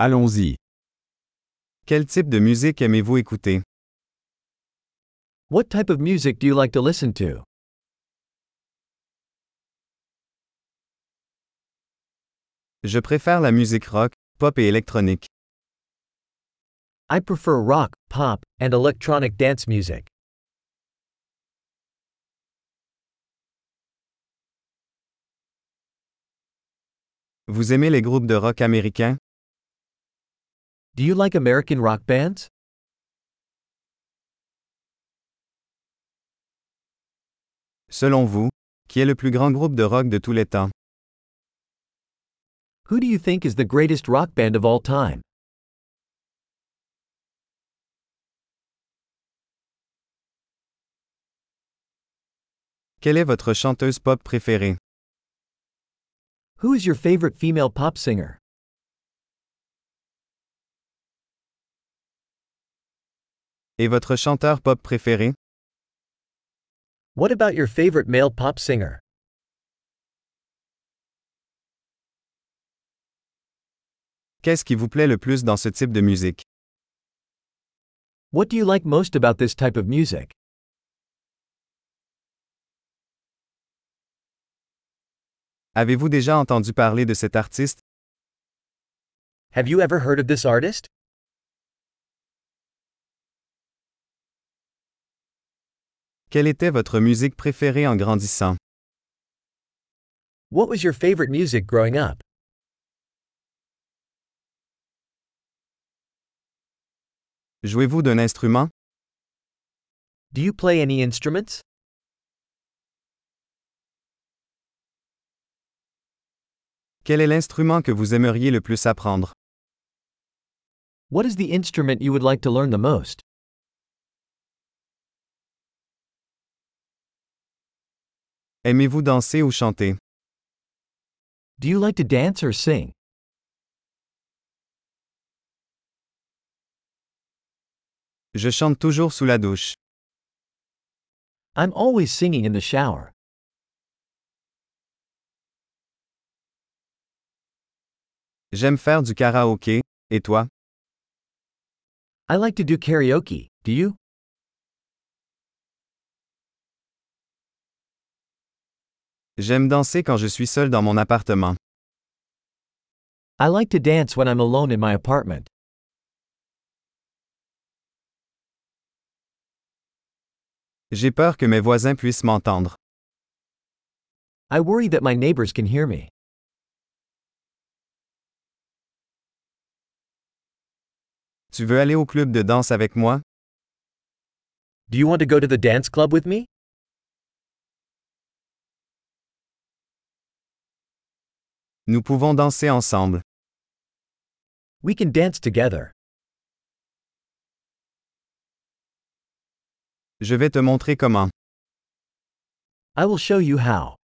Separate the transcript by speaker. Speaker 1: Allons-y. Quel type de musique aimez-vous écouter?
Speaker 2: What type of music do you like to listen to?
Speaker 1: Je préfère la musique rock, pop et électronique.
Speaker 2: I prefer rock, pop, and electronic dance music.
Speaker 1: Vous aimez les groupes de rock américains?
Speaker 2: Do you like American rock bands?
Speaker 1: Selon vous, qui est le plus grand groupe de rock de tous les temps?
Speaker 2: Who do you think is the greatest rock band of all time?
Speaker 1: Quelle est votre chanteuse pop préférée?
Speaker 2: Who is your favorite female pop singer?
Speaker 1: Et votre chanteur pop préféré?
Speaker 2: What about your favorite male pop singer?
Speaker 1: Qu'est-ce qui vous plaît le plus dans ce type de musique?
Speaker 2: What do you like most about this type of music?
Speaker 1: Avez-vous déjà entendu parler de cet artiste?
Speaker 2: Have you ever heard of this artist?
Speaker 1: Quelle était votre musique préférée en grandissant?
Speaker 2: What was your favorite music growing up?
Speaker 1: Jouez-vous d'un instrument?
Speaker 2: Do you play any instruments?
Speaker 1: Quel est l'instrument que vous aimeriez le plus apprendre?
Speaker 2: What is the instrument you would like to learn the most?
Speaker 1: Aimez-vous danser ou chanter?
Speaker 2: Do you like to dance or sing?
Speaker 1: Je chante toujours sous la douche.
Speaker 2: I'm always singing in the shower.
Speaker 1: J'aime faire du karaoké. Et toi?
Speaker 2: I like to do karaoke, do you?
Speaker 1: J'aime danser quand je suis seul dans mon appartement.
Speaker 2: I like to dance when I'm alone in my apartment.
Speaker 1: J'ai peur que mes voisins puissent m'entendre.
Speaker 2: I worry that my neighbors can hear me.
Speaker 1: Tu veux aller au club de danse avec moi?
Speaker 2: Do you want to go to the dance club with me?
Speaker 1: Nous pouvons danser ensemble.
Speaker 2: We can dance together.
Speaker 1: Je vais te montrer comment.
Speaker 2: I will show you how.